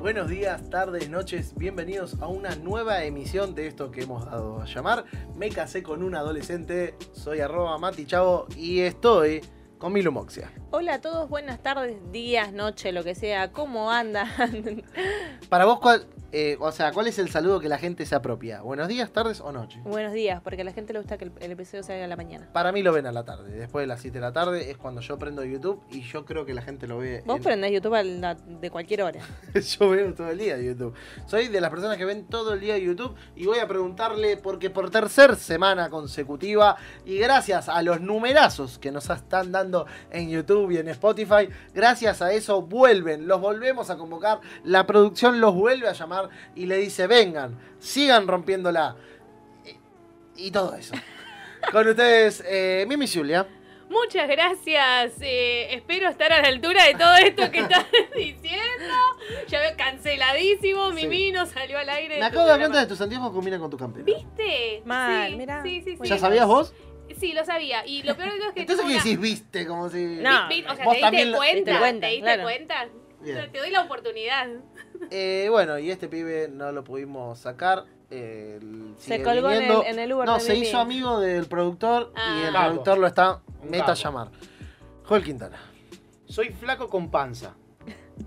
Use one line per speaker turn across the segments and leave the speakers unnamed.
Buenos días, tardes, noches, bienvenidos a una nueva emisión de esto que hemos dado a llamar Me casé con un adolescente, soy arroba Mati Chavo y estoy con mi Lumoxia.
Hola a todos, buenas tardes, días, noche, lo que sea, ¿cómo andan?
Para vos, ¿cuál, eh, o sea, ¿cuál es el saludo que la gente se apropia? ¿Buenos días, tardes o noche?
Buenos días, porque a la gente le gusta que el, el episodio salga a la mañana.
Para mí lo ven a la tarde, después de las 7 de la tarde es cuando yo prendo YouTube y yo creo que la gente lo ve.
Vos
en-
prendés YouTube a la- de cualquier hora.
Yo veo todo el día YouTube. Soy de las personas que ven todo el día YouTube y voy a preguntarle porque por tercer semana consecutiva y gracias a los numerazos que nos están dando en YouTube y en Spotify, gracias a eso vuelven, los volvemos a convocar, la producción los vuelve a llamar y le dice, vengan, sigan rompiéndola. Y, y todo eso. Con ustedes, eh, Mimi Julia.
Muchas gracias. eh, espero estar a la altura de todo esto que estás diciendo. Ya veo canceladísimo.
Sí.
Mimi no salió al
Me
aire. de tu
acabo de dar cuenta
programa.
de tus anteojos combinan con tu campera.
¿Viste?
Mal,
sí,
mirá.
Sí, sí, sí.
¿Ya sabías vos?
Sí, lo sabía. Y lo peor de todo es que.
Entonces,
tengo
¿qué
una-
decís? ¿Viste? Como si...
No.
Vi- O sea,
Vos
¿te
también
diste
lo-
cuenta?
te cuenta,
¿Te diste
claro.
cuenta?
Bien.
Te doy la oportunidad.
Eh, bueno, y este pibe no lo pudimos sacar. eh, el-
Se
sigue
colgó en
viniendo.
el, en el Uber.
No,
de
se
Mimi.
hizo amigo del productor y
Ah.
el
Capo.
productor lo está
Un
meta a
capo.
llamar. Joel Quintana.
Soy flaco con panza.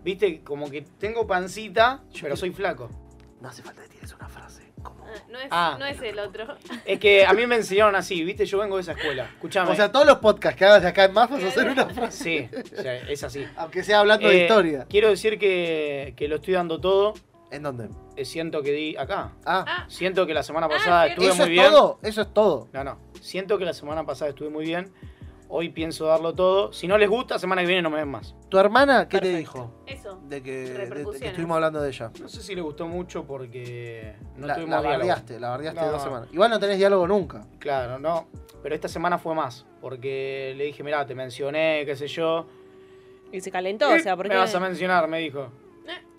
Viste, como que tengo pancita, pero soy flaco.
No hace falta que tienes una frase. como-
Ah, No es,
Ah.
no es el otro.
Es que a mí me enseñaron así, viste, yo vengo de esa escuela. Escuchame.
O sea, todos los podcasts que hagas de acá en más vas a hacer una frase.
sí, o sea, es así.
Aunque sea hablando de
Eh,
historia.
Quiero decir que, que lo estoy dando todo.
¿En dónde?
Eh, Siento que di acá.
Ah,
Ah,
Siento que la semana
Ah,
pasada
pero-
estuve
¿eso
muy
es
bien.
todo? Eso es todo.
No, no. Siento que la semana pasada estuve muy bien. Hoy pienso darlo todo. Si no les gusta, semana que viene no me ven más.
¿Tu hermana qué te
Perfecto.
dijo?
eso.
De que, de- de- que
Repercusiones.
estuvimos hablando de ella.
No sé si les gustó mucho porque
la,
no
la
tuvimos diálogo.
bardeaste, la bardeaste
No.
dos semanas. Igual no tenés diálogo nunca.
Claro, no. Pero esta semana fue más. Porque le dije, mirá, te mencioné, qué sé yo. Eh,
Y se calentó, o sea,
¿Me
porque.
vas a mencionar? Me dijo.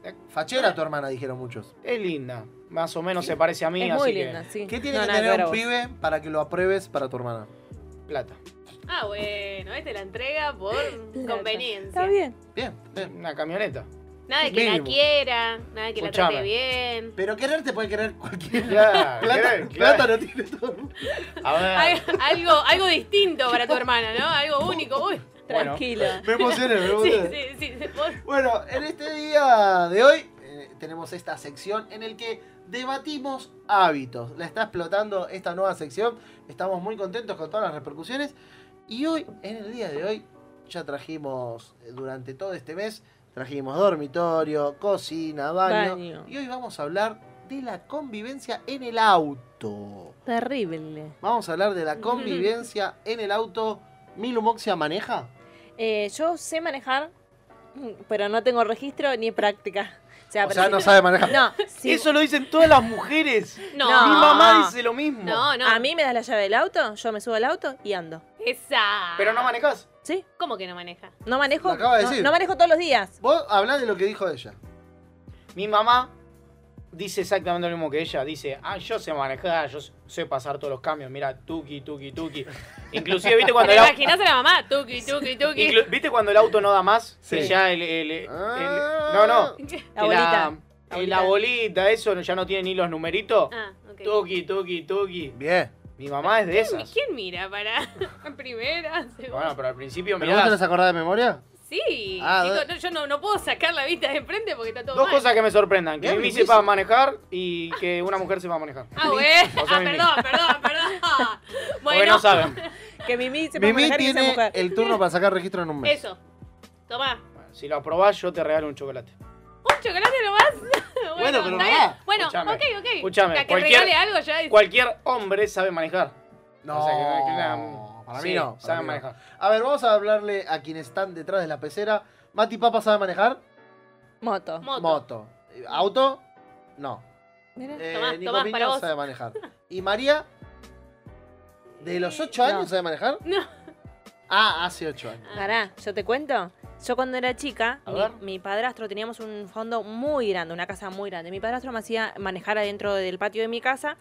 Ah.
Fachera tu hermana, dijeron muchos.
Es linda. Más o menos se parece a mí,
es
así
muy
que-
linda, sí.
¿Qué tiene
No,
que
nada ver
tener
a
un
vos.
pibe para que lo apruebes para tu hermana?
Plata.
Ah, bueno, este la entrega por
Está
conveniencia.
bien.
Bien, bien.
Una camioneta.
Nada de que la
Mínimo.
quiera, nada de que la trate
Escuchame.
bien.
Pero querer te puede querer cualquier.
Claro,
Plata,
claro,
plata
claro.
no tiene todo. el mundo.
A ver.
Al- algo, algo distinto para tu hermana, ¿no? Algo único. Uy.
Bueno.
Tranquila.
Me emocioné, me
Sí,
emocioné.
sí, sí. sí, vos-
Bueno, en este día de hoy eh, tenemos esta sección en el que debatimos hábitos. La está explotando esta nueva sección. Estamos muy contentos con todas las repercusiones. Y hoy, en el día de hoy, ya trajimos eh, durante todo este mes, trajimos dormitorio, cocina, baño.
Baño.
Y hoy vamos a hablar de la convivencia en el auto.
Terrible.
Vamos a hablar de la convivencia en el auto. ¿Milumoxia maneja?
Eh, yo sé manejar, mm, pero no tengo registro ni práctica. O sea,
O
pero
sea,
sí-
no sabe manejar.
No, sí.
Eso lo dicen todas las mujeres.
No,
No.
Mi mamá dice lo mismo.
no, no.
A mí me das la llave del auto, yo me subo al auto y ando.
Esa.
Pero no manejás.
¿Sí?
¿Cómo que no maneja?
No manejo.
Lo acaba de
no-
decir.
no manejo todos los días.
Vos hablá de lo que dijo ella.
Mi mamá dice exactamente lo mismo que ella. Dice, ah, yo sé manejar, yo sé pasar todos los cambios. Mira, tuki, tuki, tuki. Inclusive, ¿viste cuando,
¿Te
el, au-
imaginas a la mamá? Tuki, tuki, tuki.
inclu- ¿viste cuando el auto no da más?
Sí.
Que ya el- el- el-
Ah.
no, no.
La
que
abuelita.
La, eh, la bolita, eso ya no tiene ni los numeritos.
Ah, ok.
Tuki, tuki, tuki.
Bien.
Mi mamá es de esas.
¿Quién mira para primera,
Bueno,
segunda?
pero al principio
¿Pero vos
mirás.
te las acordás de memoria?
Sí.
Ah,
Chicos,
dos-
no, yo no, no puedo sacar la vista de enfrente porque está todo
Dos
mal.
cosas que me sorprendan. Que
Mirá,
Mimi
Mimi
sepa
hizo-
manejar y que una mujer sepa manejar.
Ah, bueno.
O sea,
Ah,
Mimi.
perdón, perdón, perdón.
Porque
Bueno,
no saben.
Que Mimi se
Mimi
manejar y sea
tiene
mujer.
el turno para sacar registro en un mes.
eso. Tomá.
Bueno, si lo aprobás, yo te regalo un chocolate.
Un chocolate nomás. Bueno,
Bueno, pero
está bien.
mamá.
Bueno,
Escuchame,
ok, ok.
escuchame,
La que
cualquier-
regale algo ya dice.
Cualquier hombre sabe manejar.
No,
O sea, que- que la-
para
sí,
mí no. para
Sabe
mí no.
manejar.
A ver, vamos a hablarle a quienes están detrás de la pecera. Mati Papa sabe manejar
Moto.
Moto.
moto. ¿Auto? No.
Mirá.
Eh,
Tomás,
Nico
Tomás,
Piña
para vos.
sabe manejar. ¿Y María? ¿De los 8
No.
años sabe manejar?
No.
Ah, hace 8 años.
Pará, yo te cuento. Yo cuando era chica,
A
mi,
ver.
mi padrastro teníamos un fondo muy grande, una casa muy grande. Mi padrastro me hacía manejar adentro del patio de mi casa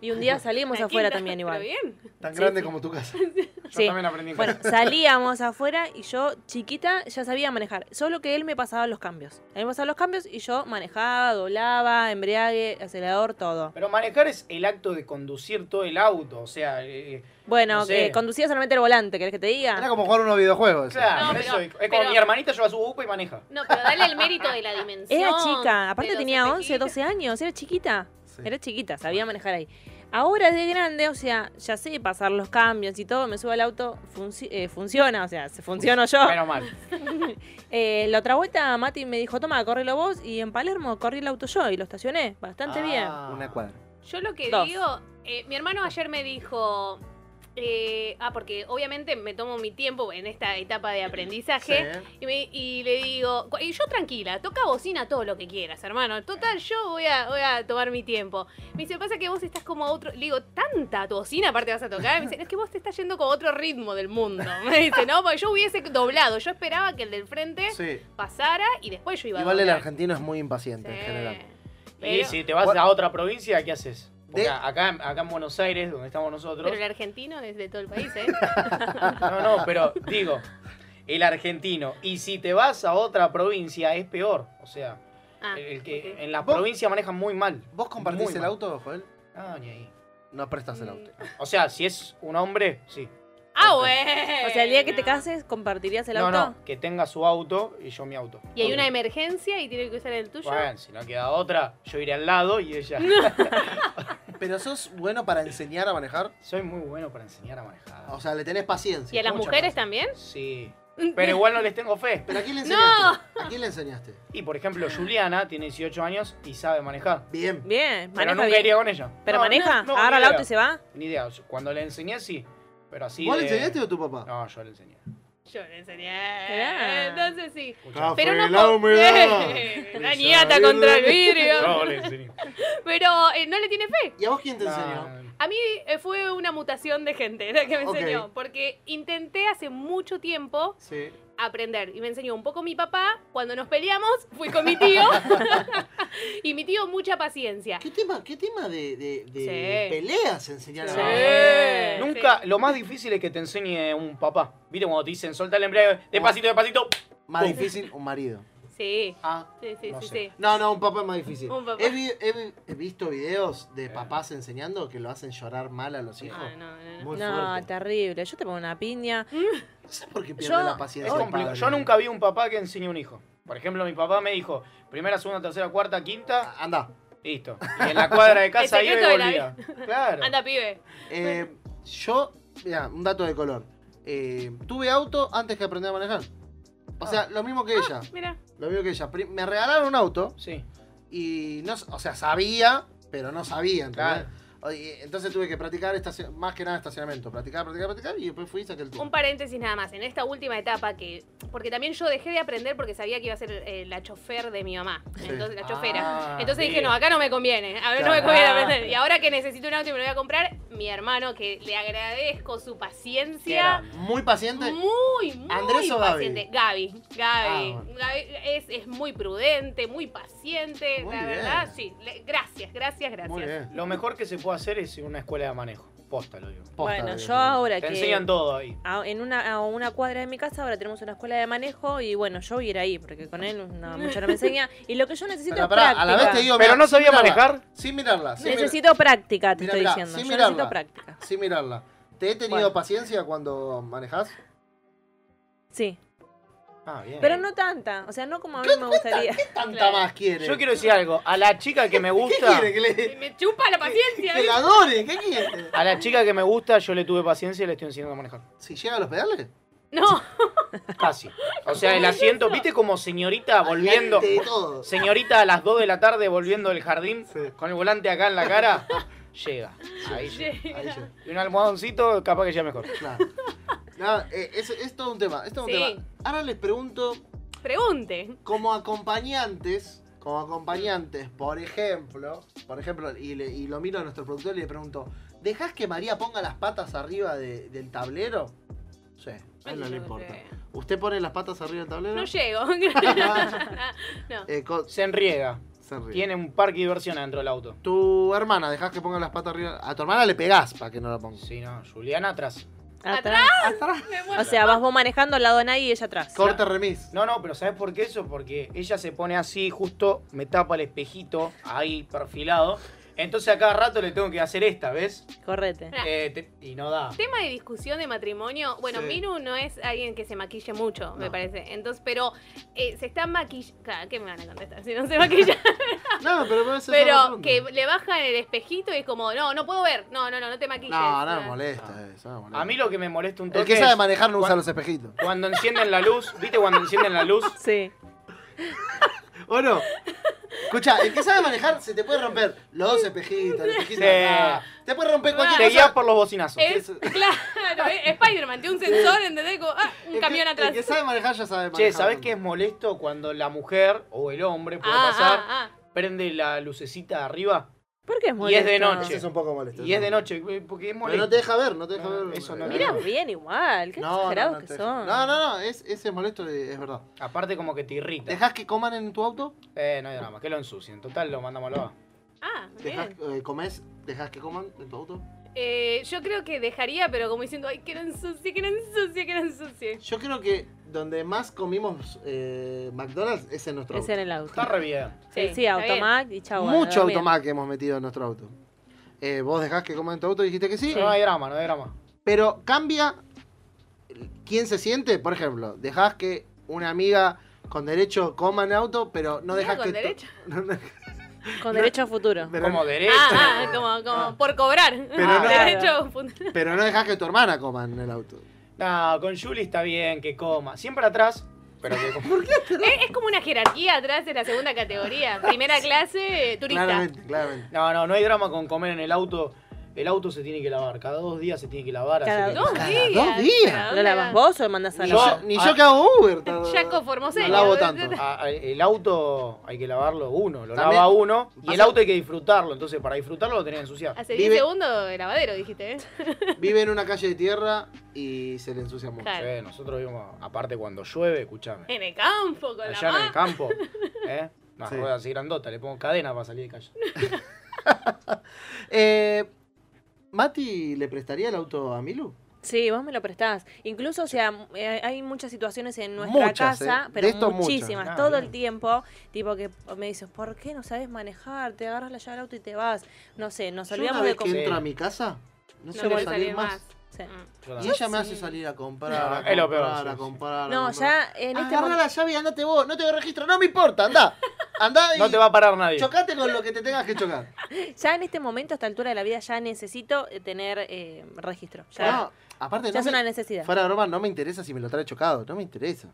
y un día salimos
La
afuera
quinta,
también
pero
igual.
bien.
Tan
Sí,
grande
sí.
como tu casa.
Yo
Sí.
también aprendí en
Bueno,
casa.
salíamos afuera y yo, chiquita, ya sabía manejar. Solo que él me pasaba los cambios. Él me pasaba los cambios y yo manejaba, doblaba, embriague, acelerador, todo.
Pero manejar es el acto de conducir todo el auto, o sea, eh,
Bueno,
No sé.
eh, conducía solamente el volante, ¿querés que te diga?
Era como jugar unos videojuegos. eso.
claro,
No,
por eso,
pero-
es como
pero-
mi hermanita lleva su bupa y maneja.
No, pero dale el mérito de la dimensión.
Era chica, aparte
de los
tenía 11,
espejismos.
12 años, era chiquita.
Sí.
Era chiquita, sabía manejar ahí. Ahora de grande, o sea, ya sé pasar los cambios y todo, me subo al auto, funci- eh, funciona, o sea, se funciono yo.
Menos mal.
Eh, la otra vuelta Mati me dijo, toma, correlo vos, y en Palermo corrí el auto yo y lo estacioné, bastante bien.
Ah.
Una cuadra.
Yo lo que
Dos.
digo, eh, mi hermano ayer me dijo, eh, ah, porque obviamente me tomo mi tiempo en esta etapa de aprendizaje.
Sí.
Y, me- y le digo, cu- y yo tranquila, toca bocina todo lo que quieras, hermano. Total, yo voy a, voy a tomar mi tiempo. Me dice, pasa que vos estás como a otro. Le digo, tanta tu bocina aparte vas a tocar. Me dice, es que vos te estás yendo con otro ritmo del mundo. Me dice, no, porque yo hubiese doblado. Yo esperaba que el del frente
Sí.
pasara y después yo iba
Igual
a
el
doblar.
argentino es muy impaciente en
Sí.
general.
Y
Pero-
si te vas
Bueno.
a otra provincia, ¿qué haces? Porque
De-
acá, acá en Buenos Aires, donde estamos nosotros.
Pero el argentino es de todo el país, ¿eh?
No, no, pero digo, el argentino. Y si te vas a otra provincia, es peor. O sea,
Ah,
el que
ok.
en las
¿Vos?
provincias manejan muy mal.
¿Vos compartís
Muy
el
mal.
auto, Joel?
Ah, ni ahí.
No prestas el auto.
O sea, si es un hombre, sí.
Ah, bueno.
O sea, el día que te cases, ¿compartirías el
no,
auto?
no, que tenga su auto y yo mi auto.
Y hay una emergencia y tiene que usar el tuyo.
Bueno, si no queda otra, yo iré al lado y ella.
Pero sos bueno para enseñar a manejar.
Soy muy bueno para enseñar a manejar.
O sea, le tenés
¿Y
paciencia.
a las
mucha
mujeres
paciencia.
también?
Sí.
Mm.
Pero igual no les tengo fe.
¿Pero a quién le enseñaste? ¿A quién le enseñaste?
Y por ejemplo, Juliana tiene 18 años y sabe manejar.
Bien.
Bien,
Pero
maneja
nunca
bien.
iría con ella.
¿Pero
No,
maneja?
no, no,
¿Agarra el
ni
auto
idea.
y se va?
Ni idea. Cuando le enseñé, sí. Pero así.
¿Vos
de-
le enseñaste o tu papá?
No, yo le enseñé.
Yo le enseñé.
Mirá.
Entonces sí.
Escuchá.
Ah,
Pero
fue
no.
la humedad.
La niata contra el vidrio.
Yo le enseñé.
Pero eh, no le tiene fe.
¿Y a vos quién te enseñó?
No,
A mí eh, fue una mutación de gente la que me
Ok.
enseñó. Porque intenté hace mucho tiempo
Sí.
aprender. Y me enseñó un poco mi papá. Cuando nos peleamos, fui con mi tío. y mi tío, mucha paciencia.
¿Qué tema, qué tema de, de- de
Sí.
peleas enseñar
Sí.
a
Sí.
Nunca, lo más difícil es que te enseñe un papá. Viste cuando te dicen solta el embrague, despacito, despacito.
Más
Pum.
difícil un marido.
Sí.
Ah,
Sí, sí,
No
sí,
sé.
sí.
No, no, un papá es más difícil.
Un papá.
He, vi- he vi- he visto videos de
Eh.
papás enseñando que lo hacen llorar mal a los hijos.
Ah, no, no, no.
Muy
no,
fuerte.
terrible. Yo te pongo una piña.
No sé por qué pierde
Yo-
la
es
paciencia. el
complicado.
padre.
Yo nunca vi un papá que enseñe a un hijo. Por ejemplo, mi papá me dijo, primera, segunda, tercera, cuarta, quinta,
Ah, Anda.
listo. Y en la cuadra de casa
El
iba y
secreto de la
volvía. Claro.
Anda, pibe.
Eh, yo, mira, un dato de color. Eh, tuve auto antes que aprender a manejar. O sea, lo mismo que ella.
Mira.
Lo mismo que ella. Pri- Me regalaron un auto
Sí,
y no, s- o sea, sabía, pero no sabía. ¿entendés?
claro.
Oye, eh, Entonces tuve que practicar estacio- más que nada estacionamiento. Practicar, practicar, practicar y después fui y saqué el
Un
turno.
paréntesis nada más, en esta última etapa que. Porque también yo dejé de aprender porque sabía que iba a ser eh, la chofer de mi mamá.
Sí.
Entonces, la
Ah,
chofera. Entonces dije,
bien.
no, acá no me conviene. A ver, no me
Claro.
conviene aprender. Y ahora que necesito un auto y me lo voy a comprar, mi hermano, que le agradezco su
Qué
paciencia.
grande.
Muy paciente.
Muy, muy
¿Andrés o Gaby?
paciente. Gaby. Gaby.
Ah, bueno.
Gaby es, es muy prudente, muy paciente.
Muy
la
bien.
verdad, sí. Le- gracias, gracias, gracias.
Muy bien.
Lo mejor que se puede hacer es ir a una escuela de manejo. Posta, lo digo.
Posta, digo.
bueno, yo ahora
Te
que...
enseñan todo ahí.
a- en una, a una cuadra de mi casa ahora tenemos una escuela de manejo y bueno, yo voy a ir ahí porque con él no, mucho no me enseña. Y lo que yo necesito
Pero
es
pará,
práctica.
a la vez te digo,
Pero
mirá,
no
sin
sabía
mirarla,
manejar.
Sin mirarla. Sin, mirarla.
necesito práctica, te
Mirá,
estoy
mirá,
diciendo.
sin
Yo
mirarla.
necesito práctica.
sin mirarla. ¿Te he tenido
Bueno.
paciencia cuando manejás?
Sí,
Ah, bien.
pero no tanta. O sea, no como a mí me gustaría.
¿Qué tanta
Claro.
más quiere?
Yo quiero decir algo. A la chica que me
¿Qué
gusta.
quiere? Que le...
Me chupa la paciencia.
que la adore, ¿qué quiere?
A la chica que me gusta, yo le tuve paciencia y le estoy enseñando a manejar.
Si llega a los pedales.
No.
Casi. O sea, el asiento, viste como señorita volviendo.
adelante De todo.
Señorita a las 2 de la tarde volviendo del jardín,
Sí.
con el volante acá en la cara, llega. Ahí llega.
Ahí llega.
Y un almohadoncito, capaz que ya mejor.
Claro. No, eh, es, es todo un tema. Es todo un
Sí.
tema. Ahora les pregunto,
Pregunte.
como acompañantes, como acompañantes, por ejemplo, por ejemplo, y, le- y lo miro a nuestro productor y le pregunto, ¿dejás que María ponga las patas arriba de- del tablero? Sí, a él no le
Yo
importa.
creo.
¿Usted pone las patas arriba del tablero?
Eh,
Ah,
No llego. no.
Eh, co-
Se enriega.
se ríe.
Tiene un parque de diversión adentro del auto.
Tu hermana, ¿dejás que ponga las patas arriba? A tu hermana le pegás para que no la ponga.
Sí, no, Juliana atrás.
Atrás.
Me muero.
O sea, vas vos manejando al lado de nadie y ella atrás.
Corte remis.
No, no, pero ¿sabes por qué eso? Porque ella se pone así, justo me tapa el espejito, ahí perfilado. Entonces a cada rato le tengo que hacer esta, ¿ves?
Correte.
Eh, te- y no da.
Tema de discusión de matrimonio. Bueno,
Sí.
Miru no es alguien que se maquille mucho, me
No.
parece. Entonces, pero eh, se está maquillando. ¿Qué me van a contestar si no se maquilla?
No, pero me hace toda la
pero
pregunta.
que le bajan el espejito y es como, no, no puedo ver. No, no, no, no te maquilles.
No, no me
Ah.
molesta eso. no me molesta.
A mí lo que me molesta un toque
El que sabe
es
manejar no usa
cuan-
los espejitos.
cuando encienden la luz, ¿viste cuando encienden la luz?
Sí.
¿O no? Escucha, el que sabe manejar se te puede romper los dos espejitos, el espejito
Sí.
de acá. Te puede romper
Te
cualquier
guías
cosa.
por los bocinazos.
Es, claro, es Spider-Man, tiene un sensor, ¿entendés? Como, ah,
El
un
que-
camión atrás.
El que sabe manejar ya sabe manejar.
Che, ¿sabés qué es
también.
molesto cuando la mujer o el hombre puede
Ah,
pasar?
ah, ah.
Prende la lucecita de arriba
¿Por qué es
Y es de
molesto?
noche.
Ese es un poco molesto.
y es de noche, eh, porque es
Pero
molesto.
no te deja ver, no te deja
No,
ver.
eso no-
Mira, bien igual. Qué exagerados
no, no
que
te deja-
son.
No, no, no, es, ese es molesto, y es verdad.
Aparte como que te irrita.
¿Dejás que coman en tu auto?
Eh, no hay drama, que lo ensucien. Total, lo mandamos a lavar.
Ah,
¿Dejás,
bien.
eh, ¿Comés? ¿Dejás que coman en tu auto?
Eh, yo creo que dejaría, pero como diciendo, ay, que no ensucie, que no ensucie, que no ensucie.
Yo creo que donde más comimos eh, McDonald's es en nuestro
Es
auto.
en el auto.
Está re bien.
Sí, sí,
está bien.
automac y chau.
Mucho
a dormir.
automac que hemos metido en nuestro auto. Eh, vos dejás que coman en tu auto y dijiste que sí,
No hay drama, no hay drama.
pero cambia quién se siente. Por ejemplo, dejás que una amiga con derecho coma en auto, pero no
Mira,
dejás
con
que. to-
derecho.
No, no,
Con derecho a futuro.
pero,
Como derecho.
Ah, ah, como, como por cobrar.
Pero
Ah,
no-
derecho, punto.
pero no dejás que tu hermana coma en el auto. ah.
No, con Julie está bien, que coma. Siempre atrás, pero que coma.
Es, es como una jerarquía atrás de la segunda categoría. Primera clase, eh, turista.
Claramente, claramente.
No, no, no hay drama con comer en el auto. El auto se tiene que lavar. Cada dos días se tiene que lavar. así
Cada
que-
Dos
Cada
días.
dos días.
¿Lo lavas vos o lo mandás a
Ni
Yo-
yo,
lavar?
ni
ah.
yo que hago Uber.
Jaco Formoseño.
No lavo tanto.
A- a- el auto hay que lavarlo uno, lo
También-
lava uno. Y el
Pasa-
auto hay que disfrutarlo. Entonces, para disfrutarlo lo tenés que ensuciar.
Hace 10
Vive-
segundos de lavadero, dijiste, ¿eh?
Vive en una calle de tierra y se le ensucia mucho.
Claro.
Sí, nosotros vivimos, aparte cuando llueve, escuchame.
En el campo, Eh, con
Allá
la
en el
mano.
campo, ¿eh? Unas
Sí.
ruedas así grandotas, le pongo cadena para salir de calle.
Eh, ¿Mati le prestaría el auto a Milu?
Sí, vos me lo prestás. Incluso, o sea, m- eh, hay muchas situaciones en nuestra
Muchas, ¿eh?
casa,
De
pero
esto muchas.
muchísimas,
Ah,
todo
bien.
el tiempo, tipo que me dices, ¿por qué no sabes manejar? Te agarras la llave del auto y te vas. No sé, nos
Yo una
olvidamos
vez
de
que
comer.
comer.
entro a mi casa, no,
No
quiero
quiere
salir,
salir
más.
más.
Sí.
Mm.
Yo
Y
también.
ella me hace salir a comprar,
No,
a
es lo
comprar,
peor,
a
sí,
comprar. a
No,
comprar.
ya en este
Agarrá
momento.
la llave y andate vos, no te doy registro, no me importa, andá. Andá y
No te va a parar nadie.
chocate con lo que te tengas que chocar.
Ya en este momento, a esta altura de la vida, ya necesito eh, tener eh, registro. Ya,
No, aparte,
ya
Ah, no
es
me-
una necesidad.
fuera de broma, no me interesa si me lo trae chocado, no me interesa.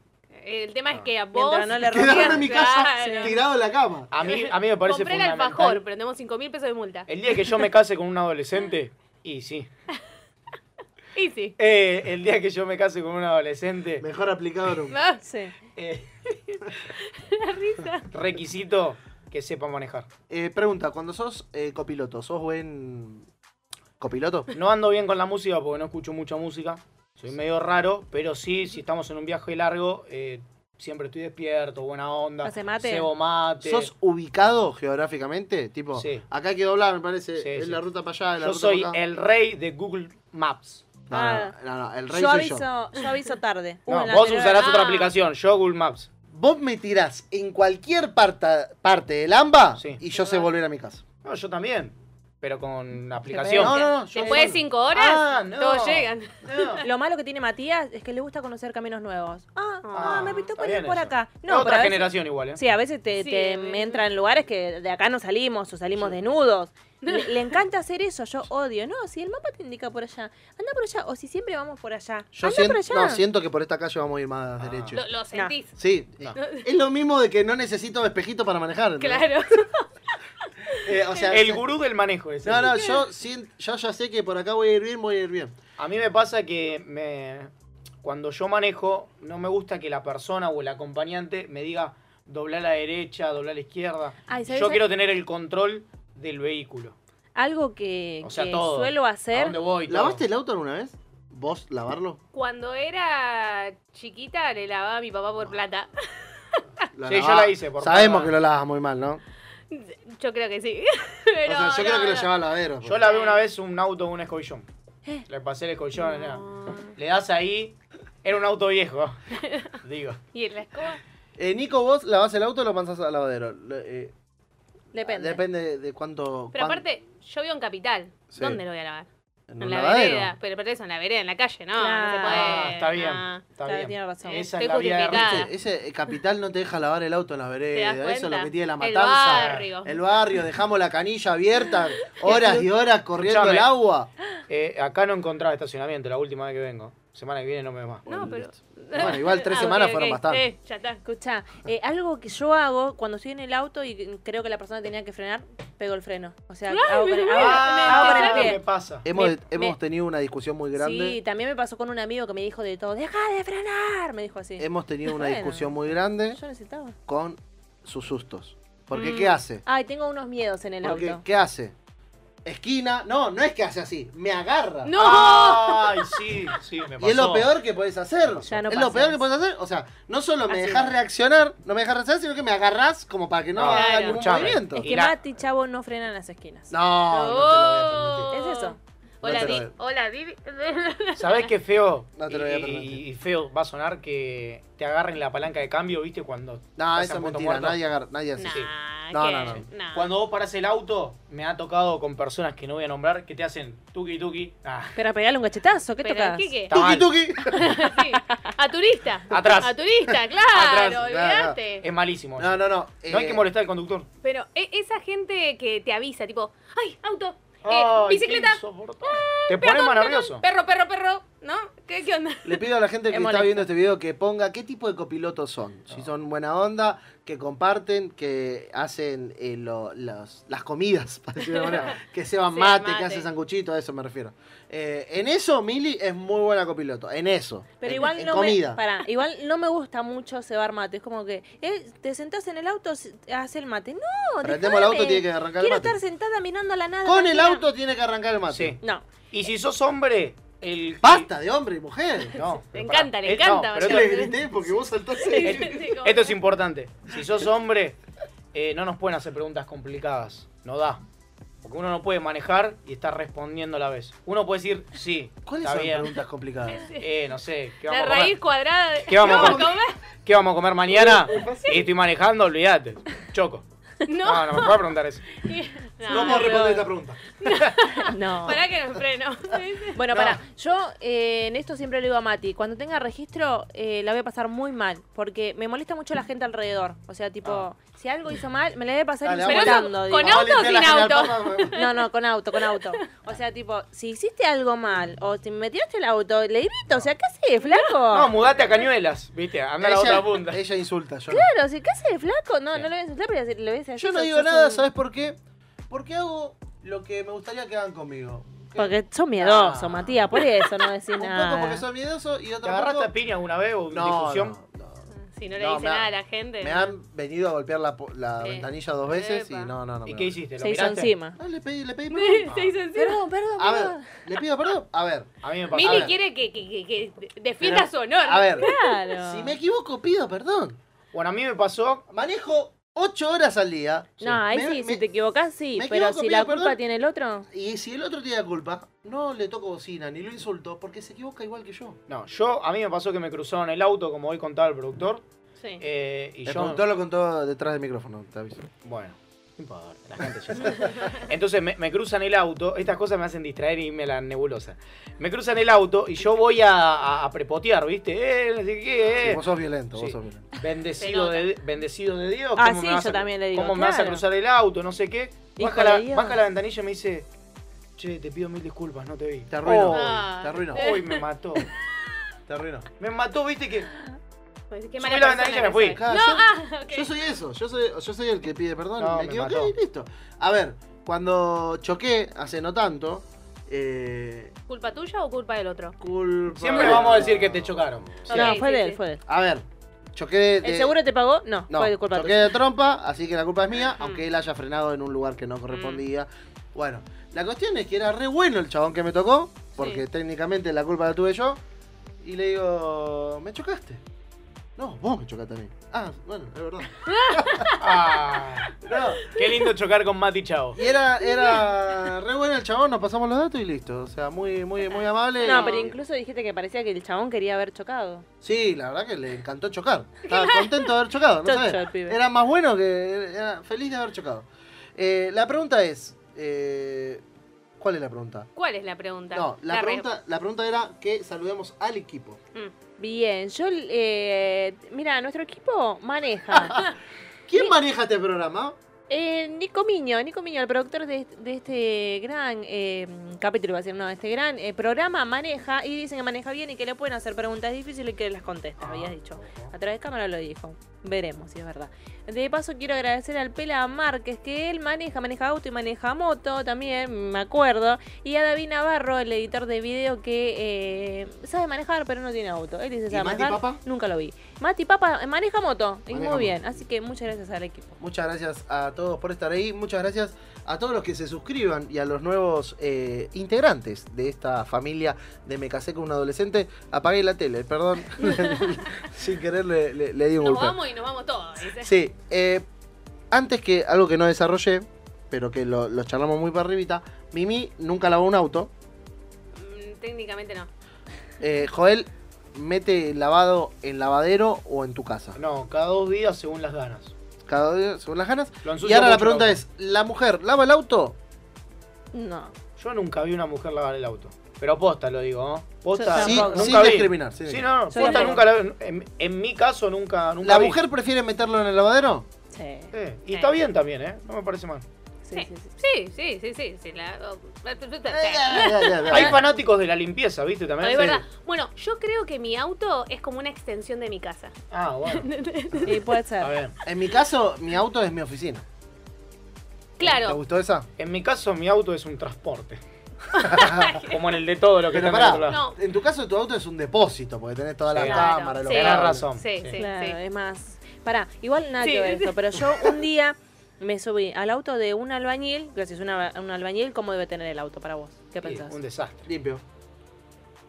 El tema es que a
Mientras
vos...
no le rompí-
Quedarme en mi casa
Claro.
tirado en la cama.
A mí, a mí me parece
Compré el
fundamental. Eh,
alfajor, pero tenemos 5 mil pesos de multa.
El día que yo me case con un adolescente, y sí.
Y sí.
Eh, el día que yo me case con un adolescente,
Mejor aplicado nunca.
¿No?
Sí.
eh, requisito que sepa manejar.
Eh, pregunta, cuando sos eh, copiloto, ¿sos buen copiloto?
No ando bien con la música porque no escucho mucha música. Soy medio raro, pero sí, si estamos en un viaje largo, eh, siempre estoy despierto, buena onda.
¿Hace mate?
Cebo mate.
¿Sos ubicado geográficamente? Tipo,
Sí.
acá hay que doblar, me parece.
Sí,
es
sí.
la ruta para allá, es la
Yo
ruta
soy
para acá.
el rey de Google Maps.
No, no, no, no, el rey
yo,
soy
aviso,
yo.
yo aviso tarde. Uh,
No,
en la
vos
anterior-
usarás otra
Ah.
aplicación, yo Google Maps.
Vos me tirás en cualquier parta- parte del AMBA
Sí.
y yo sé volver a mi casa.
No, yo también, pero con aplicación.
No, no, no. yo
Después de
solo.
5 horas,
Ah, no.
todos llegan.
No.
Lo malo que tiene Matías es que le gusta conocer caminos nuevos. Ah,
Ah,
ah, me pintó
está
por
bien
ir por
eso.
acá. No,
Es
pero
otra
a veces,
generación igual, ¿eh?
sí, a veces te,
Sí,
te
de-
entra en lugares que de acá no salimos o salimos desnudos. Le, le encanta hacer eso, yo odio. No, si el mapa te indica por allá, anda por allá. O si siempre vamos por allá,
Yo
anda
siento,
por allá.
no, siento que por esta calle vamos a ir más
Ah.
derecho.
Lo, lo sentís.
Sí, es lo mismo de que no necesito espejito para manejar. ¿entendés?
Claro.
Eh, o sea,
El gurú del manejo es
No, no, yo, sin- yo ya sé que por acá voy a ir bien, voy a ir bien.
A mí me pasa que me, cuando yo manejo, no me gusta que la persona o el acompañante me diga doblar a la derecha, doblar a la izquierda.
Ay, ¿sabes?
yo quiero tener el control del vehículo.
Algo que,
O sea,
que
todo.
suelo
¿A
hacer.
dónde voy? todo.
¿Lavaste el auto alguna vez? ¿Vos lavarlo?
Cuando era chiquita le lavaba a mi papá por plata.
La
Sí, yo
lavaba-
la hice, por
Sabemos
favor.
que lo lavas muy mal, ¿no?
Yo creo que sí.
o sea, yo creo que lo llevaba al lavadero.
Yo lavé una vez un auto con un escobillón.
Eh.
Le pasé el colchón, nada.
No.
Le das ahí, era un auto viejo. Digo.
Y en la escoba.
Eh, Nico, vos lavás el auto o lo mandás al lavadero. Le- eh,
Depende.
Depende de cuánto.
Pero
cuán-
aparte, yo vivo en Capital.
Sí.
¿Dónde lo voy a lavar?
en
En,
un
la
lavadero.
vereda. Pero aparte eso, en la vereda, en la calle, ¿no? No se
Claro.
puede.
Ah, está bien.
Ah.
Está
Claro,
bien.
tiene razón.
Esa
Estoy
es la vía de
justificada.
Ernesto.
Viste, Ese eh, capital no te deja lavar el auto en la vereda.
Ah. das
Eso es lo
cuenta?
que tiene la
El
matanza.
barrio.
El barrio, dejamos la canilla abierta horas y horas corriendo
Escuchame.
el agua.
Eh, acá no encontraba estacionamiento la última vez que vengo. Semana que viene no me va.
No,
Bueno,
pero.
Bueno, igual tres
Ah, ok,
semanas
ok.
fueron bastante.
Eh, ya está.
Escucha, eh, algo que yo hago cuando estoy en el auto y creo que la persona tenía que frenar, pego el freno. O sea, hago ah, con,
mira,
hago-
mira,
hago con
mira,
el
¿Qué
pie.
Ah, me pasa?
Hemos,
Me-
hemos
me-
tenido una discusión muy Ah, grande.
Sí, también me pasó con un amigo que me dijo de todo, deja de frenar, me dijo así.
Hemos tenido una
Bueno.
discusión muy grande
Yo necesitaba.
con sus sustos. Porque
Mm.
¿qué hace?
Ay, tengo unos miedos en el
Porque
auto.
¿qué hace? Esquina. No, no es que hace así. Me agarra.
Ah,
No.
Ay, sí, sí, me pasó.
Y es lo peor que podés hacer.
Ya no
es
pasa
lo peor
eso.
que podés hacer. O sea, no solo me
Así.
dejás reaccionar, no me dejás reaccionar, sino que me agarrás como para que no
No,
haga
claro.
ningún
Escuchame.
movimiento.
Es
Y
que
la-
Mati y Chavo no frenan las esquinas.
No, no te lo voy a permitir.
Oh.
Es eso.
Hola,
No te lo
Di-
doy.
Hola, Di-
¿Sabés qué feo?
No te lo voy a
Y-
permitir.
Y, y feo va a sonar que te agarren la palanca de cambio, ¿viste? Cuando.
No, eso
estás en
es
punto
mentira.
muerto.
Nadie, agarra- nadie hace. eso.
Nah,
No,
¿qué?
no, no.
Nah.
Cuando vos parás el auto, me ha tocado con personas que no voy a nombrar que te hacen tuki tuki. Ah,
Pero pegale un cachetazo, ¿qué
Pero,
tocas?
¿qué, qué?
Está mal.
Tuki, tuki.
Sí. A turista.
Atrás.
A turista, claro.
Atrás.
Olvídate. Em-
es malísimo.
No, no, no.
No hay
eh,
que molestar al conductor.
Pero e- esa gente que te avisa, tipo, ay, auto, eh,
Ay, qué
bicicleta,
insoportable. Te pones más
perdón,
nervioso.
perro, perro, perro, ¿no? ¿Qué, qué onda?
Le pido a la gente
Es
que
molesto.
está viendo este video que ponga qué tipo de copilotos son. Si son buena onda, que comparten, que hacen eh, lo- los- las comidas, para decirlo de alguna manera. que se van
Sí,
mate,
mate.
que hacen sanguchito, a eso me refiero. Eh, en eso, Mili es muy buena copiloto. En eso.
Pero
En-
igual
en
no,
comida.
me, pará, igual no me gusta mucho cebar mate. Es como que eh, te sentás en el auto, se- hace el mate. No,
Prendemos el auto,
dejame.
tiene que arrancar el
Quiero
mate.
estar sentada mirando a la nada.
Con el
tranquila.
auto tiene que arrancar el mate.
Sí.
No,
Y si sos hombre, el.
Basta de hombre y mujer.
No,
Le
pero pará.
encanta, le
Eh, no,
encanta,
pero
Yo
Yo
esto-
le
le
grité porque vos
Sí,
saltaste.
sí, sí, como-
Esto es importante. Si sos hombre, eh, no nos pueden hacer preguntas complicadas. No da. Porque uno no puede manejar y estar respondiendo a la vez. Uno puede decir, sí,
¿Cuáles
está
son
bien.
preguntas complicadas?
Eh, no sé, ¿qué
La
vamos, a comer?
raíz cuadrada de...
¿Qué vamos a comer?
comer?
¿Qué vamos a comer mañana? Y estoy manejando, olvídate. Choco.
No,
No, no me puedo preguntar eso.
no,
No puedo responder esta pregunta.
no.
Pará que nos freno. Sí, sí.
Bueno,
No.
para, yo eh, en esto siempre le digo a Mati, cuando tenga registro eh, la voy a pasar muy mal, porque me molesta mucho la gente alrededor. O sea, tipo,
Ah.
si algo hizo mal, me la voy a pasar
Dale,
Pero eso,
insultando.
¿con
digo.
Ah, Vamos a
auto o
limpiar la
sin
General
auto?
Paz, vamos.
No, no, con auto, con auto. O sea, tipo, si hiciste algo mal o te metiste el auto, le grito, o sea, ¿qué haces, flaco?
No, mudate a cañuelas, viste, anda a la
Ella-
otra punta.
Ella insulta, yo no.
Claro, si ¿qué haces, flaco? No, no le voy a insultar, pero le voy a decir...
Yo no
"Sos-
digo
sos
nada,
un-".
¿sabes por qué? Porque hago lo que me gustaría que hagan conmigo. Que-
Porque sos miedoso,
Ah.
Matías, por eso no decís
un
nada.
poco porque soy miedoso y
¿Te
otro
agarraste a
poco...
piña alguna vez o en
No,
discusión?
no, no.
Si no le
No,
dice
me ha-
nada a la gente.
Me han venido a golpear la, po- la
Sí.
ventanilla dos veces
Epa.
y no, no, no.
¿Y
me-
qué hiciste? ¿Lo
Se hizo
miraste?
encima.
No, le pedí, le pedí perdón.
Se hizo encima.
Perdón, perdón,
A
perdón.
ver, le pido perdón. A ver,
A mí me pasó.
A
Mili
ver.
quiere que, que, que, que defienda
Pero-
su honor.
a ver.
Claro.
Si me equivoco, pido perdón.
Bueno, a mí me pasó.
Manejo ocho horas al día
No, ahí
Me-
sí,
me-
si te equivocás, sí.
me
Pero
equivoco,
si
pido
la culpa
perdón.
tiene el otro.
y si el otro tiene la culpa, no le toco bocina ni lo insulto porque se equivoca igual que yo.
No, yo, a mí me pasó que me cruzaron el auto, como hoy contaba el productor.
Sí.
eh, y
El
yo.
productor lo contó detrás del micrófono, te aviso.
Bueno, no importa, la gente ya sabe. Entonces me, me cruzan el auto, estas cosas me hacen distraer y me la nebulosa. Me cruzan el auto y yo voy a, a- a prepotear, ¿viste? Eh, no sé qué,
Sí,
eh.
vos sos violento,
Sí.
vos sos violento.
Bendecido
Se
de, bendecido de Dios.
Ah,
¿cómo
sí,
me vas
yo
a-
también le digo,
¿Cómo me vas a
claro.
cruzar el auto? No sé qué.
Hijo
Baja
de
la,
Dios.
baja la ventanilla y me dice, che, te pido mil disculpas, no te vi.
Te arruino,
Oh, Ah.
Ah.
te arruino,
Uy, me mató.
te arruino.
Me mató, viste que.
Pues, qué
subí
mala
la
persona
ventanilla y
que
me fui.
soy.
Claro,
no,
yo-
ah, ok.
Yo soy eso, yo soy, yo soy el que pide perdón,
No,
me
me
equivoqué
mató.
y listo. A ver, cuando choqué hace no tanto, eh,
¿Culpa tuya o culpa del otro?
culpa.
Siempre vamos a decir que te chocaron. Eh,
Ok,
no,
sí,
fue de él,
sí.
fue de él.
A ver, choqué de.
¿El seguro te pagó? No,
Eh, No,
fue Mm. de culpa
choqué
tuya.
de trompa, así que la culpa es mía,
Ujú.
aunque él haya frenado en un lugar que no correspondía.
Mm.
Bueno, la cuestión es que era re bueno el chabón que me tocó, porque técnicamente la culpa la tuve yo, y le digo, ¿me chocaste? No, vos me chocaste a mí. Ah, bueno, es verdad.
Ah,
No,
qué lindo chocar con Mati Chao.
Y era, era re bueno el chabón, nos pasamos los datos y listo. O sea, muy, muy, muy amable.
No, pero incluso dijiste que parecía que el chabón quería haber chocado.
Sí, la verdad que le encantó chocar. Estaba contento de haber chocado, ¿no
Chocho
sabés?
el pibe.
Era más bueno que. Era feliz de haber chocado. Eh, la pregunta es. eh, ¿Cuál es la pregunta?
¿Cuál es la pregunta?
No, la,
re-
pregunta, la pregunta era que saludemos al equipo.
Mm.
Bien, yo. Eh, mira, nuestro equipo maneja.
¿Quién maneja este programa?
Eh, Nico Miño, Nico Miño, el productor de, de este gran eh, capítulo, va a decir, no, de este gran eh, programa, maneja y dicen que maneja bien y que le pueden hacer preguntas difíciles y que las contesta, habías dicho. A través de cámara lo dijo. Veremos si es verdad. De paso, quiero agradecer al Pela Márquez, que él maneja, maneja auto y maneja moto también, me acuerdo. Y a David Navarro, el editor de video, que eh, sabe manejar, pero no tiene auto. Él dice,
¿Y
sabe
Mati
manejar.
Papa?
Nunca lo vi. Mati Papa eh, maneja moto. Y
Maneja
muy bien. Así que muchas gracias al equipo.
Muchas gracias a todos por estar ahí. Muchas gracias a todos los que se suscriban y a los nuevos eh, integrantes de esta familia de Me casé con un adolescente. Apagué la tele, perdón. Sin querer le, le- le di un
Nos
golpe.
vamos y nos vamos todos. dice.
Sí, eh, antes que algo que no desarrollé, pero que lo, lo charlamos muy para arribita, Mimi nunca lavó un auto.
Mm, técnicamente no.
Eh, Joel, mete el lavado en lavadero o en tu casa.
No, cada dos días según las ganas.
Cada día según las ganas.
Lo ensucia
Y ahora la
mucho el
pregunta
auto.
es, ¿la mujer lava el auto?
No.
Yo nunca vi una mujer lavar el auto. Pero posta, lo digo, ¿no? Posta,
Sí,
nunca
sin
vi.
discriminar. sin
Sí,
discriminar.
no, no,
Yo
posta
tampoco.
nunca la en, en mi caso nunca, nunca
¿La
vi.
mujer prefiere meterlo en el lavadero?
Sí.
Sí, Y está bien también, ¿eh? No me parece mal.
Sí, sí, sí.
Sí, sí, sí, sí. sí, la-
Eh,
Hay fanáticos de la limpieza, ¿viste?
No,
También.
es
Sí.
verdad. Bueno, yo creo que mi auto es como una extensión de mi casa.
Ah, bueno.
Sí, puede
A
ser.
ver.
En mi caso, mi auto es mi oficina. ¿Te
Claro.
gustó esa?
En mi caso, mi auto es un transporte. Como en el de todo lo que
Pero
está
pará.
en el otro lado.
No.
En tu caso, tu auto es un depósito, porque tenés toda la
Sí.
Claro,
cámara, los
sí.
cables.
Tenés razón.
Sí, sí,
Claro,
sí.
es más. Pará, igual nada
Sí,
que ver
sí.
esto, pero yo un día me subí al auto de un albañil. Gracias, una- un albañil, ¿cómo debe tener el auto para vos? ¿Qué
Sí,
pensás?
Un desastre.
Limpio.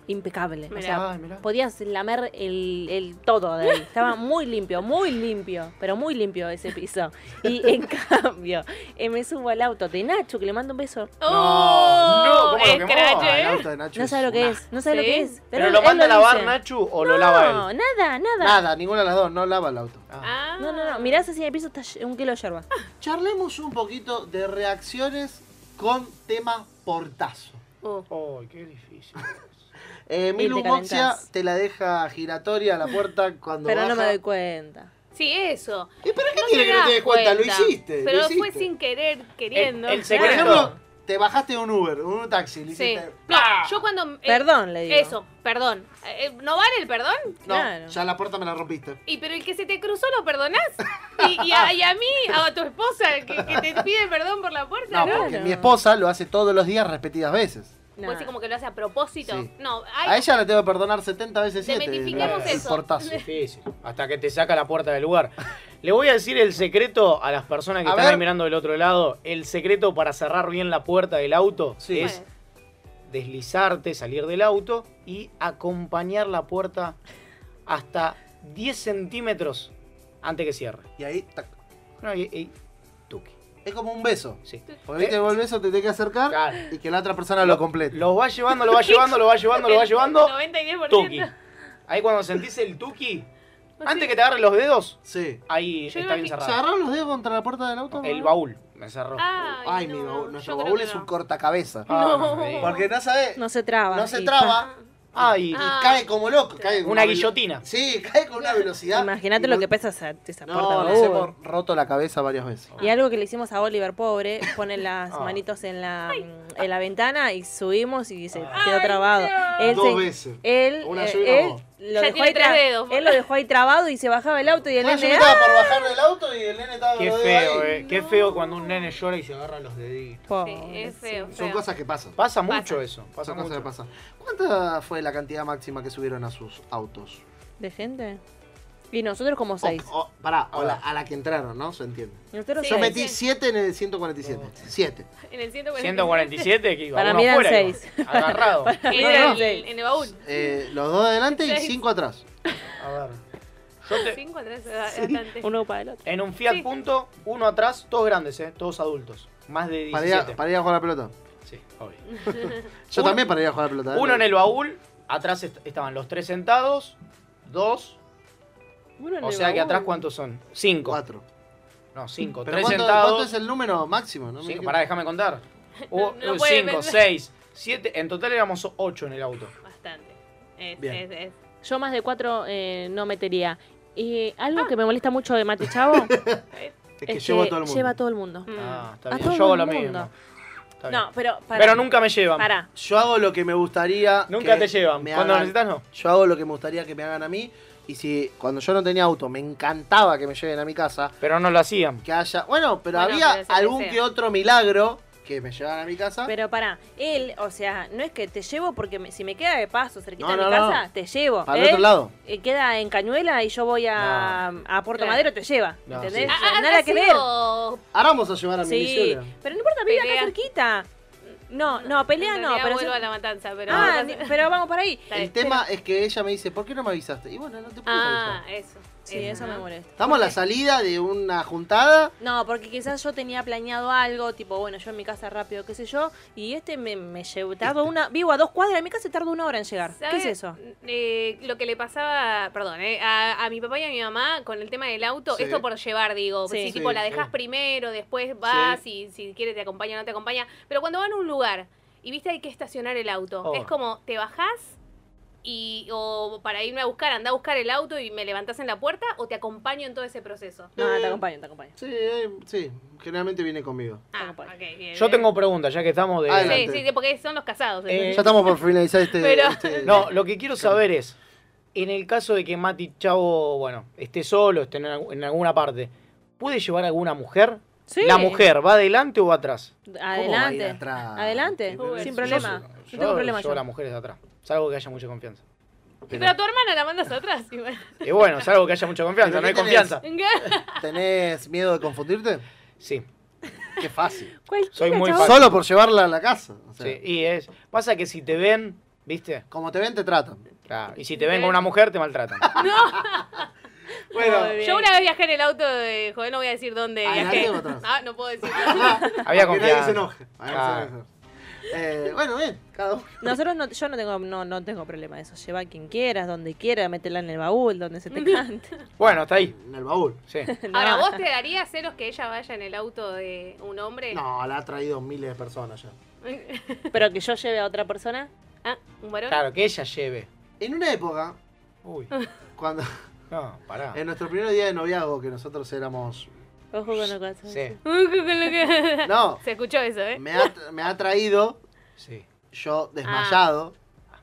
Impecable. O
Mirá.
sea,
Ay, mirá.
podías lamer el, el todo de ahí. Estaba muy limpio, muy limpio, pero muy limpio ese piso. Y en cambio, eh, me subo al auto de Nacho, que le mando un beso.
No, no, ¿cómo lo quemó?
escrache,
Ah,
Oh, ¿eh?
el auto de Nacho
No sabe lo
es
que
una-
es, no sabe lo
Sí.
que es.
¿Pero
él-
lo
él
manda a lavar
dice.
Nachu o lo lava
No,
él?
nada, nada.
Nada, ninguna de las dos, no lava el auto.
Ah.
Ah.
No, no, no. Mirás así en el piso, está ll- un kilo de yerba.
Charlemos un poquito de reacciones con tema portazo.
Uh.
Ay, qué difícil.
Eh, Milu
te
Moxia
calentás.
te la deja giratoria a la puerta cuando
Pero no
baja.
me doy cuenta.
Sí, eso.
¿Y pero qué
No
tiene
te
que no
das
te des cuenta? Lo
cuenta.
hiciste. lo
Pero fue
hiciste.
sin querer, queriendo.
el
Por
secreto-
Claro.
ejemplo, te bajaste de un Uber, de un taxi, le
Sí.
hiciste.
No, yo cuando. eh,
Perdón, le digo.
Eso, perdón. Eh, eh, ¿No vale el perdón?
No,
claro.
ya la puerta me la rompiste.
Y pero el que se te cruzó lo perdonás. Y, y a, y a mí, a tu esposa, que, que te pide perdón por la
No,
puerta, ¿no?
porque mi esposa lo hace todos los días repetidas veces.
No.
Pues así como que lo hace a propósito.
Sí.
No,
A
hay
ella la tengo que perdonar 70 veces 7.
Desmitifiquemos
el
eso.
portazo.
Difícil. Hasta que te saca la puerta del lugar. Le voy a decir el secreto a las personas que
A
están
ver.
ahí mirando del otro lado. El secreto para cerrar bien la puerta del auto
Sí.
es
Bueno.
deslizarte, salir del auto y acompañar la puerta hasta 10 centímetros antes que cierre.
Y ahí, tac.
No, y, y- tuqui,
es como un beso.
sí. Eh,
Porque te el beso, te tenés que acercar
Claro.
y que la otra persona lo complete.
Los va llevando, lo va llevando, lo va llevando, lo va llevando.
90 y 10%.
Tuki. Ahí cuando sentís el tuki, antes que te agarren los dedos,
Sí.
ahí
Yo
está bien
¿Se
imagino-
cerrado.
agarraron los dedos contra la puerta del auto?
El
no?
baúl me cerró.
Ay,
Ay,
no,
mi baúl. Nuestro
yo creo
baúl
que
es
no.
un cortacabeza.
Ah,
Ah, No.
me digas.
Porque no sabe, no,
No se traba.
se
y
traba
Ay,
y
Ah.
cae como loco. Cae con
una
velo-
guillotina.
Sí, cae con una
pa.
velocidad.
Imagínate
Y
lo
no-
que pesa esa, esa
No,
puerta.
nos
uh.
hemos roto la cabeza varias veces.
Y algo que le hicimos a Oliver, pobre, pone las
Ah.
manitos en la, mm, en la ventana y subimos y se
Ay,
quedó trabado. Él
Dos
se-
veces.
Él,
Una
eh,
yo y una
él
vos.
lo
Ya
dejó
tiene
ahí
tres
tra-
dedos.
él lo dejó ahí trabado y se bajaba el auto y el
Bueno, yo
nene...
me
¡ah!
estaba por bajar del auto y el nene estaba con
Qué
los dedos
feo,
ahí.
eh. Qué feo cuando un nene llora y se agarra los deditos.
Sí,
Pobre,
es feo.
sí.
Son
feo.
cosas que pasan.
Pasa.
Pasa mucho eso. Pasa
Son cosas que
mucho.
pasan. ¿Cuánta fue la cantidad máxima que subieron a sus autos?
¿De gente? Oh. Y nosotros como
O,
seis.
o- pará, o la- a la que entraron, ¿no? Se entiende.
Nosotros
Sí.
Yo
seis.
metí 7 en el 147. 7.
En el 140.
147 que iba
Para
uno
mí eran
afuera, iba.
seis.
Agarrado.
En,
No, no.
el, en el baúl.
Eh, los dos adelante y
Seis.
cinco atrás.
A ver. Yo te-
Cinco atrás, bastante.
Uno para el otro.
en un Fiat
Sí.
Punto, uno atrás, todos grandes, ¿eh? Todos adultos. Más de
Para ir, a,
17.
para ir a jugar a la pelota.
Sí, obvio.
Yo
Uno-
también para ir a jugar a la pelota. ¿eh?
Uno en el baúl, atrás est- estaban los tres sentados, dos.
Uno en
O
el
sea que
baúl.
atrás, ¿cuántos son? Cinco.
Cuatro.
No, cinco.
Pero
Tres
¿cuánto, cuánto
sentados.
es el número máximo? No me
Cinco,
dijiste.
pará, déjame contar. Hubo-
No, no
eh,
puede
cinco,
ver-
seis, siete. En total éramos ocho en el auto.
Bastante. Es,
Bien.
es, es.
Yo más de cuatro eh, no metería. Eh, algo que me molesta mucho de Mati Chavo
Es que
es
llevo a
que
todo el mundo.
lleva a todo el mundo.
Mm.
Ah, está
A
bien.
todo
Yo hago
el
lo
mundo.
mismo. Está bien.
No, pero para.
Pero nunca me llevan.
Pará.
Yo hago lo que me gustaría.
Nunca
que
te llevan.
me
Cuando lo
hagan.
necesitas, no.
Yo hago lo que me gustaría que me hagan a mí. Y si cuando yo no tenía auto me encantaba que me lleven a mi casa,
Pero no lo hacían.
que haya. Bueno, pero
Bueno,
había
pero se
algún
desea.
que otro milagro que me llevaran a mi casa.
Pero pará, él, o sea, no es que te llevo porque me- si me queda de paso cerquita
No,
de mi
no, no.
casa, te llevo.
Para el
¿eh?
otro lado.
Eh, Queda en Cañuela y yo voy a, a Puerto
Claro.
Madero, te lleva.
No,
¿Entendés?
sí.
O
Ah,
sea,
ah,
nada
ha
que ver.
sido-
Ahora vamos a llevar a mi
Sí,
miseña.
pero no importa, vive
Pelea.
acá cerquita. No, no, pelea
en
no,
realidad
pero.
vuelvo
sí-
a la matanza, pero.
Ah, ni- pero vamos para ahí.
Está
El
bien.
tema es que ella me dice, ¿por qué no me avisaste? Y bueno, no te puedo
Ah,
avisar.
eso.
Sí,
Eh,
eso me molesta.
Estamos a la salida de una juntada.
No, porque quizás yo tenía planeado algo, tipo, bueno, yo en mi casa rápido, qué sé yo, y este me, me llevo, tardo una, vivo a dos cuadras de mi casa y tardo una hora en llegar. ¿Qué
¿Sabe,
es eso?
eh, lo que le pasaba, perdón, eh, a, a mi papá y a mi mamá con el tema del auto,
Sí.
esto por llevar, digo,
Sí.
si tipo
Sí,
la dejas
sí.
primero, después vas, y si quiere te acompaña o no te acompaña, pero cuando van a un lugar y viste hay que estacionar el auto,
Oh.
es como te bajás y o para irme a buscar, anda a buscar el auto y me levantás en la puerta o te acompaño en todo ese proceso.
No, te acompaño, te acompaño.
Sí, eh, sí, generalmente viene conmigo.
Ah,
acompaño.
ok, bien,
Yo
bien.
tengo preguntas, ya que estamos de.
Adelante.
Sí, sí, porque son los casados.
Eh,
Ya estamos por finalizar este.
Pero-
este-
No, lo que quiero saber es, en el caso de que Mati Chavo, bueno, esté solo, esté en, algu- en alguna parte, ¿puede llevar alguna mujer?
Sí.
¿La mujer va adelante o va atrás?
¿Cómo va a ir
Adelante.
atrás?
Adelante,
Uy,
sin
yo
problema.
soy-
no tengo problema
Yo
yo.
las mujeres atrás, salvo que haya mucha confianza.
pero... a tu hermana la mandas atrás. igual.
Y bueno, salvo que haya mucha
¿Pero
confianza, no hay
qué tenés?
confianza.
¿Tenés miedo de confundirte?
Sí,
Qué fácil.
Cualquiera,
soy muy
chabón.
Fácil.
Solo por llevarla a la casa. o sea,
sí, y es... Pasa que si te ven, ¿viste?
Como te ven, te tratan.
Claro, y si te ven con una mujer, te maltratan.
Bueno,
Yo una vez viajé en el auto de joder, no voy a decir dónde
Adelante
viajé.
o atrás.
Ah, no puedo decir.
Había
Que nadie
confianza.
se enoje. A ver,
Claro.
se enoja. Eh, bueno, bien, cada uno.
Nosotros no, yo no tengo, no, no tengo problema de eso. Lleva a quien quieras, donde quiera, métela en el baúl, donde se te cante.
Bueno, hasta ahí.
En el baúl.
Sí.
No.
Ahora, ¿vos te darías celos que ella vaya en el auto de un hombre?
No, la ha traído miles de personas ya.
Pero que yo lleve a otra persona.
Ah, ¿Un varón?
Claro, que ella lleve.
En una época,
Uy,
cuando
no, pará.
en nuestro primer día de noviazgo, que nosotros éramos.
Ojo con lo que haces.
Sí,
No,
Se escuchó eso, ¿eh?
me ha, me ha traído
sí.
yo desmayado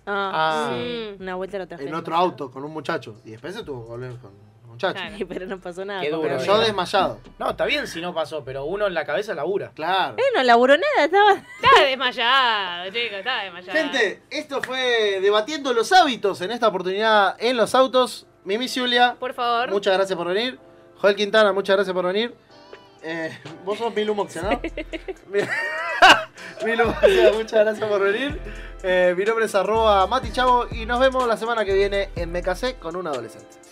Ah,
Ah.
sí. Una vuelta lo traje.
en otro auto con un muchacho. Y después se tuvo que volver con un muchacho.
Claro.
Pero no pasó nada.
Qué
Pero
duro,
yo desmayado.
No, está bien si no pasó, pero uno en la cabeza labura.
Claro.
Eh, no laburó nada, estaba.
Está desmayado, chico, está desmayado.
Gente, esto fue debatiendo los hábitos en esta oportunidad en los autos. Mimi Julia,
Por favor.
muchas gracias por venir. Joel Quintana, muchas gracias por venir. Eh, Vos sos Milu Moxenado. Milu Moxenado, muchas gracias por venir. Eh, mi nombre es arroba Mati Chavo y nos vemos la semana que viene en Me Casé con un adolescente.